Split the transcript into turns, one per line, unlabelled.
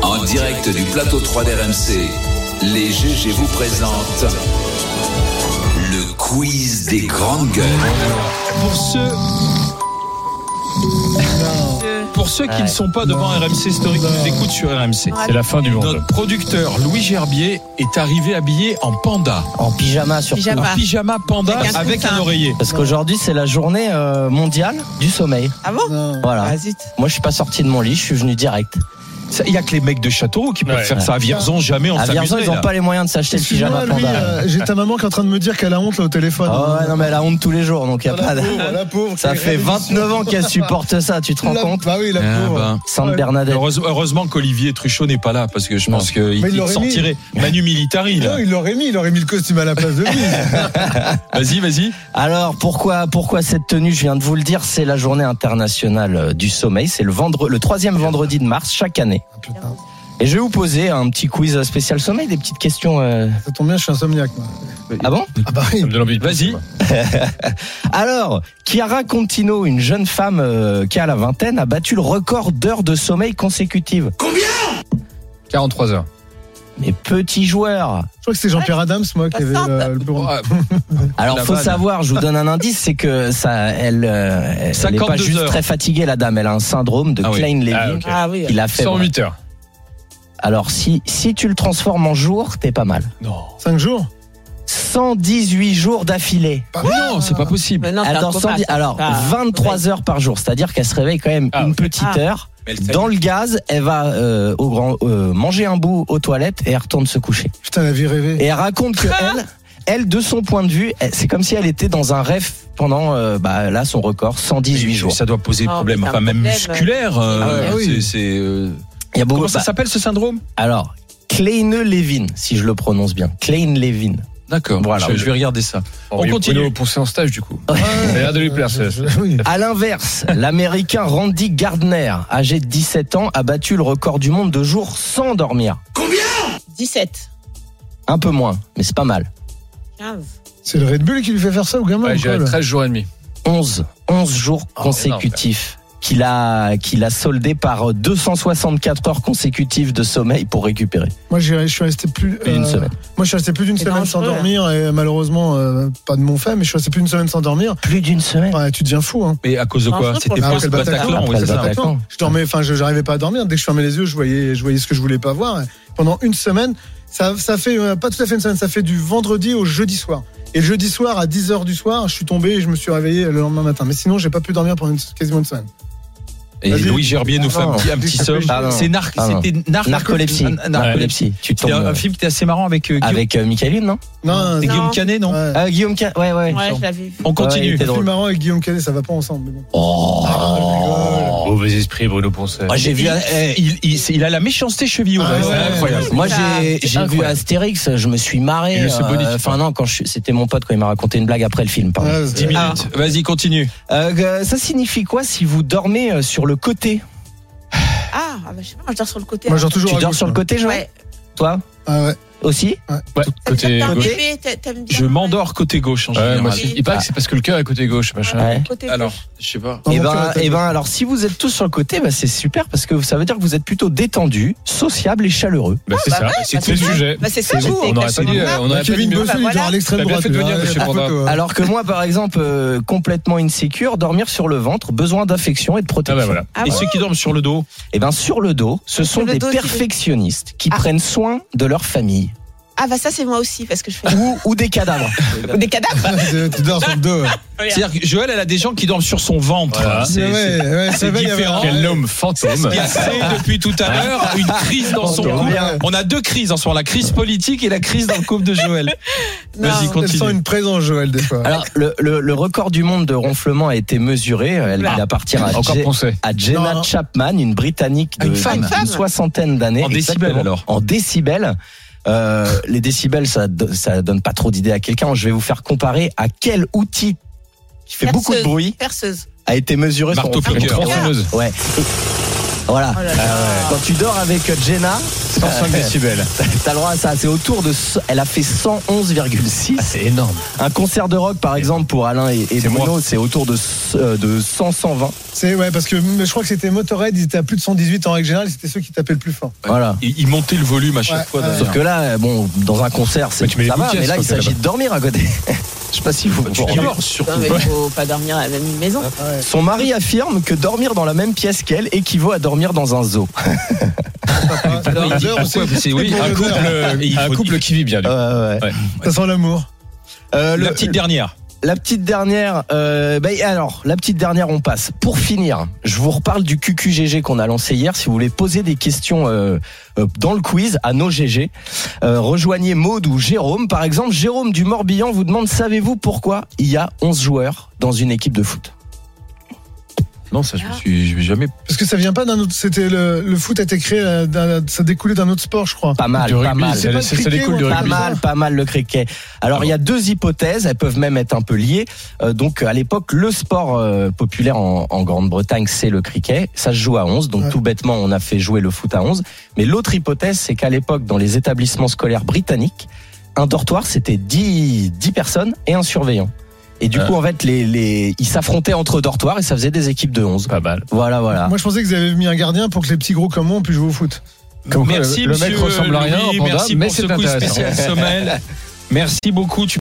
En direct du plateau 3 d'RMC, les GG vous présentent le quiz des grandes gueules.
Pour ceux. Pour ceux qui ne sont pas devant RMC Story, qui nous écoutent sur RMC.
C'est la fin du monde.
Notre producteur Louis Gerbier est arrivé habillé en panda,
En pyjama surtout.
Pyjama.
en pyjama panda
Avec un
avec
coussin.
un oreiller.
Parce qu'aujourd'hui c'est la journée euh, mondiale du sommeil.
Ah bon
Voilà.
Ah, zut.
Moi je suis pas sorti de mon lit, je suis venu direct.
Ça, Il y a que les mecs de Château qui peuvent
Ouais.
faire ça. À Vierzon, jamais on
à Vierzon
s'amuserait.
ils ont
là.
pas les moyens de s'acheter le pyjama
Excuse-moi, lui,
panda.
euh, J'ai ta maman qui est en train de me dire qu'elle a honte là, au téléphone.
Ah ouais non mais elle a honte tous les jours donc y a
la
pas de...
pauvre, la pauvre.
Ça fait 29 ans qu'elle supporte ça, tu te rends
La-
compte
Bah oui, la
Ah
pauvre.
bah.
Sainte
Ouais.
Bernadette.
Heureuse- Heureusement qu'Olivier Truchot n'est pas là parce que je
Non.
pense qu'il
Mais il
il
l'aurait
sortirait. Manu Militari, là.
Non, il l'aurait mis, il aurait mis le costume à la place de lui.
Vas-y, vas-y.
Alors pourquoi pourquoi cette tenue Je viens de vous le dire, c'est la journée internationale euh, du sommeil. C'est le vendre- le troisième vendredi de mars chaque année.
Ah, Putain,
Et je vais vous poser un petit quiz spécial sommeil, des petites questions. euh,
ça tombe bien, je suis insomniaque. Moi.
Ah bon
Ah bah oui.
Ça me donne envie de-
Vas-y.
Alors, Chiara Contino, une jeune femme euh, qui a la vingtaine, a battu le record d'heures de sommeil consécutives.
43 heures.
Mais petit joueur.
Je crois que c'est Jean-Pierre Adams, moi, qui avait
Passante.
euh, le plus
Ah,
Alors,
La
faut
vanne.
savoir, je vous donne un indice, c'est que ça, elle, euh, elle n'est
52
pas juste
heures.
très fatiguée, la dame. Elle a un syndrome de
Ah oui.
Klein-Levy
Ah, ok.
Ah oui.
qui l'a fait.
108 heures.
Alors, si, si tu le transformes en jours, t'es pas mal.
Non.
5 jours
118 jours d'affilée.
non, c'est pas possible.
Maintenant, c'est un
Alors,
copain,
110
ça.
alors,
Ah,
23 heures par jour. C'est-à-dire qu'elle se réveille quand même
Ah,
une
ok.
petite
Ah.
heure.
Mais elle
Dans le gaz, elle va euh, au grand, euh, manger un bout aux toilettes et elle retourne se coucher.
Putain, la vie rêvée.
Et elle raconte que elle, elle, de son point de vue, elle- c'est comme si elle était dans un rêve pendant euh, bah, là son record, 118 jours.
Ça doit poser
Ah,
problème,
mais c'est
enfin
un
même
problème.
musculaire. euh,
Ah, oui.
c'est- c'est, euh,
Il y a beaucoup.
Comment ça
bah,
s'appelle ce syndrome
alors, Kleine-Levin, si je le prononce bien, Kleine-Levin.
D'accord.
Voilà.
je, je vais regarder ça. On
Oh,
On
continue.
continue. Pour pousser en stage, du
Ah.
coup. Ça a l'air de lui plaire, ça.
Euh, Je- oui.
À l'inverse, l'américain Randy Gardner, âgé de 17 ans, a battu le record du monde de jours sans dormir.
17.
Un peu moins, mais c'est pas mal.
15.
C'est le Red Bull qui lui fait faire ça au gamin.
Ouais,
ou
j'ai
quoi, là
13 jours et demi.
11, 11 jours
Oh, énorme.
consécutifs qu'il a, qu'il a soldé par 264 heures consécutives de sommeil pour récupérer.
moi, j'ai- je suis resté plus.
Et une
euh,
semaine.
Moi, je suis resté plus d'une
C'est
semaine sans
dangereux, hein.
dormir. Et malheureusement, euh, pas de mon fait, mais je suis resté plus d'une semaine sans dormir.
Plus d'une semaine.
Ouais, tu deviens fou, hein.
Mais à cause de quoi
Ensuite, pour
C'était
le-
post
Bah, Après le
Bataclan,
Bataclan,
oui,
après
c'est
le
ça.
Bataclan.
Attends, je dormais, enfin, je n'arrivais pas à dormir. Dès que je fermais les yeux, je voyais, je voyais ce que je voulais pas voir. Et pendant une semaine, ça, ça fait euh, pas tout à fait une semaine, ça fait du vendredi au jeudi soir. Et le jeudi soir, à 10h du soir, je suis tombé et je me suis réveillé le lendemain matin. Mais sinon, j'ai pas pu dormir pendant une- quasiment une semaine.
Et
Vas-y.
Louis Gerbier nous
Ah,
fait un
non.
petit, un petit somme.
Ah, non.
C'est nar-
Ah, non.
c'était nar-
Narcolepsie.
un- un- Ah, narcolepsie.
Narcolepsie. Tu
C'était un, un
tombes
film qui était assez marrant avec euh, Guillaume,
avec euh, Michael Youn, non
Non,
c'était
non,
Guillaume
Non.
Canet, non
Ouais.
euh, Guillaume Ca- Ouais, ouais.
Ouais, je l'avais vu.
On
Ouais, il
continue.
était
C'est
drôle.
marrant avec Guillaume Canet, ça va pas ensemble. mais bon. Ah,
Oh.
Mauvais esprit, Bruno Poncet.
Ah,
Moi, j'ai vu.
Il-
euh,
il, il- c'est- il a la méchanceté cheville au
Ah,
reste.
ouais.
C'est incroyable.
Moi
Ah,
j'ai j'ai vu
incroyable.
Astérix, je me suis
Et
marré.
le Sébonite.
euh, Enfin non, quand je suis- c'était mon pote quand il m'a raconté une blague après le film. pardon.
Ouais, c'est-
10 minutes. Vas-y, continue.
Euh, euh, ça signifie quoi si vous dormez euh, sur le côté
Ah, ah bah, je sais pas, moi je dors sur le côté.
Moi, je dors toujours
Tu
à
dors
gauche, hein.
sur le
moi.
côté, Joël
Ouais.
Toi
Ah ouais.
aussi
Ouais,
Ça veut dire que
côté
t'es un
gauche.
bébé, t'a- t'aimes bien.
Je m'endors côté gauche en
Ouais,
général.
moi, c'est- il paraît que c'est parce que le cœur est côté gauche, machin.
Ouais.
Côté gauche.
Alors, je sais pas.
Dans
Eh
mon cœur,
ben,
à ta
eh
gauche.
ben, alors si vous êtes tous sur le côté, bah, c'est super parce que ça veut dire que vous êtes plutôt détendu, sociable et chaleureux.
Bah, c'est
bah
ça,
ouais,
c'est
bah,
tout le
c'est ça.
sujet.
Bah, c'est ça,
C'est
vous.
bon, on aurait pas dit, euh, on aurait pas dit
Ah, Kevin hein.
mieux.
Bossu, il est
voilà.
à l'extrême
T'as bien
droite.
fait de
là,
venir,
il y a
monsieur
pas de
Panda.
photo, hein.
Alors que moi, par exemple, euh, complètement insécure, dormir sur le ventre, besoin d'affection et de
Ah
protection.
bah voilà.
Ah
Et
bon
ceux qui dorment sur le dos
Eh ben, sur le dos, ce
Sur
sont
le
des
dos, c'est-
perfectionnistes qui
Ah.
prennent soin de leur famille.
Ah bah ça c'est moi aussi parce que je fais
ou, ou des cadavres.
des cadavres.
tu dors sur le dos. ouais.
C'est-à-dire que Joël, elle a des gens qui dorment sur son ventre.
Voilà.
C'est
Ouais,
c'est-
ouais,
c'est
ça va, il y avait-
différent.
Quel homme fantôme.
Il y a ça depuis tout à l'heure, une crise dans son
On
couple.
revient.
On a deux crises en ce moment, la crise politique et la crise dans le couple de Joël. Vas-y,
Non.
Elle sent
continue.
une présence, Joël, des fois.
Alors, le, le- le record du monde de ronflement a été mesuré. Elle, il appartient à,
Encore
Jay-
pensé.
à Jenna
Non, non.
Chapman, une Britannique de
Ah, une femme.
d'une
Une femme.
soixantaine d'années.
En décibels,
Exactement.
alors.
En décibels. Euh, les décibels, ça, do- ça donne pas trop d'idées à quelqu'un. Je vais vous faire comparer à quel outil qui fait beaucoup de
Perceuse.
bruit
Perceuse.
a été mesuré son
Marteau
ronflement.
Une
Cœur.
tronçonneuse.
Ouais. Voilà. Euh,
Oh là là.
Quand tu dors avec Jenna,
105 décibels.
t'as le droit à ça. C'est autour de. ce- Elle a fait 111,6.
Ah, C'est énorme.
Un concert de rock, par exemple, pour Alain et, et
C'est
Bruno, c'est autour de, euh, de 100, 120.
C'est ouais parce que mm, je crois que c'était Motorhead, ils étaient à plus de 118 en règle générale, c'était ceux qui tapaient le plus fort.
Voilà.
Il il montait le volume à
Ouais,
chaque fois.
ouais.
d'ailleurs.
Sauf que là, euh, bon, dans un concert, c'est
Bah, tu mets les
ça va,
bouquets,
mais là,
quand
il
t'es
s'agit de dormir à côté. Je sais pas si vous. vous
Bah, Tu
rendez-
dors surtout.
Non mais il faut pas dormir à la même maison.
Son mari affirme que dormir dans la même pièce qu'elle équivaut à dormir dans un zoo.
Alors,
Il dit
l'heure,
pourquoi,
c'est-
mais c'est- oui,
pour
un
le
couple,
beurre.
euh, il
Un
faut-
couple qui vit bien. du coup.
Euh, ouais.
Ça sent l'amour.
Euh, le-
La petite dernière.
la petite dernière, euh, bah, alors, la petite dernière, on passe. Pour finir, je vous reparle du QQGG qu'on a lancé hier. Si vous voulez poser des questions euh, euh, dans le quiz à nos GG, euh, rejoignez Maude ou Jérôme. Par exemple, Jérôme du Morbihan vous demande savez-vous pourquoi il y a 11 joueurs dans une équipe de foot
Non, ça, je me suis je vais jamais.
Parce que ça vient pas d'un autre, c'était le, le foot a été créé, euh, d'un- ça découlait d'un autre sport, je crois.
Ah, Pas mal,
Du
pas
rugby,
mal.
C'est pas
ça
le
ça
cricket
découle du
ou un
Pas
Rugby.
rugby.
mal, pas mal le cricket. Alors il y a deux hypothèses, elles peuvent même être un peu liées. Euh, donc à l'époque, le sport euh, populaire en, en Grande-Bretagne, c'est le cricket. Ça se joue à 11, donc
Ouais.
tout bêtement, on a fait jouer le foot à 11. Mais l'autre hypothèse, c'est qu'à l'époque, dans les établissements scolaires britanniques, un dortoir, c'était 10, 10 personnes et un surveillant. Et du
Ouais.
coup, en fait, les, les, ils s'affrontaient entre dortoirs et ça faisait des équipes de 11.
Pas mal.
Voilà, voilà.
Moi je pensais qu'ils avaient mis un gardien pour que les petits gros comme moi on puisse jouer au foot.
Comme quoi,
Merci,
le mec
monsieur
ressemble à rien
Louis,
en panda,
merci
mais
pour ce
c'est
quiz
intéressant.
spécial Sommel. Merci beaucoup. Tu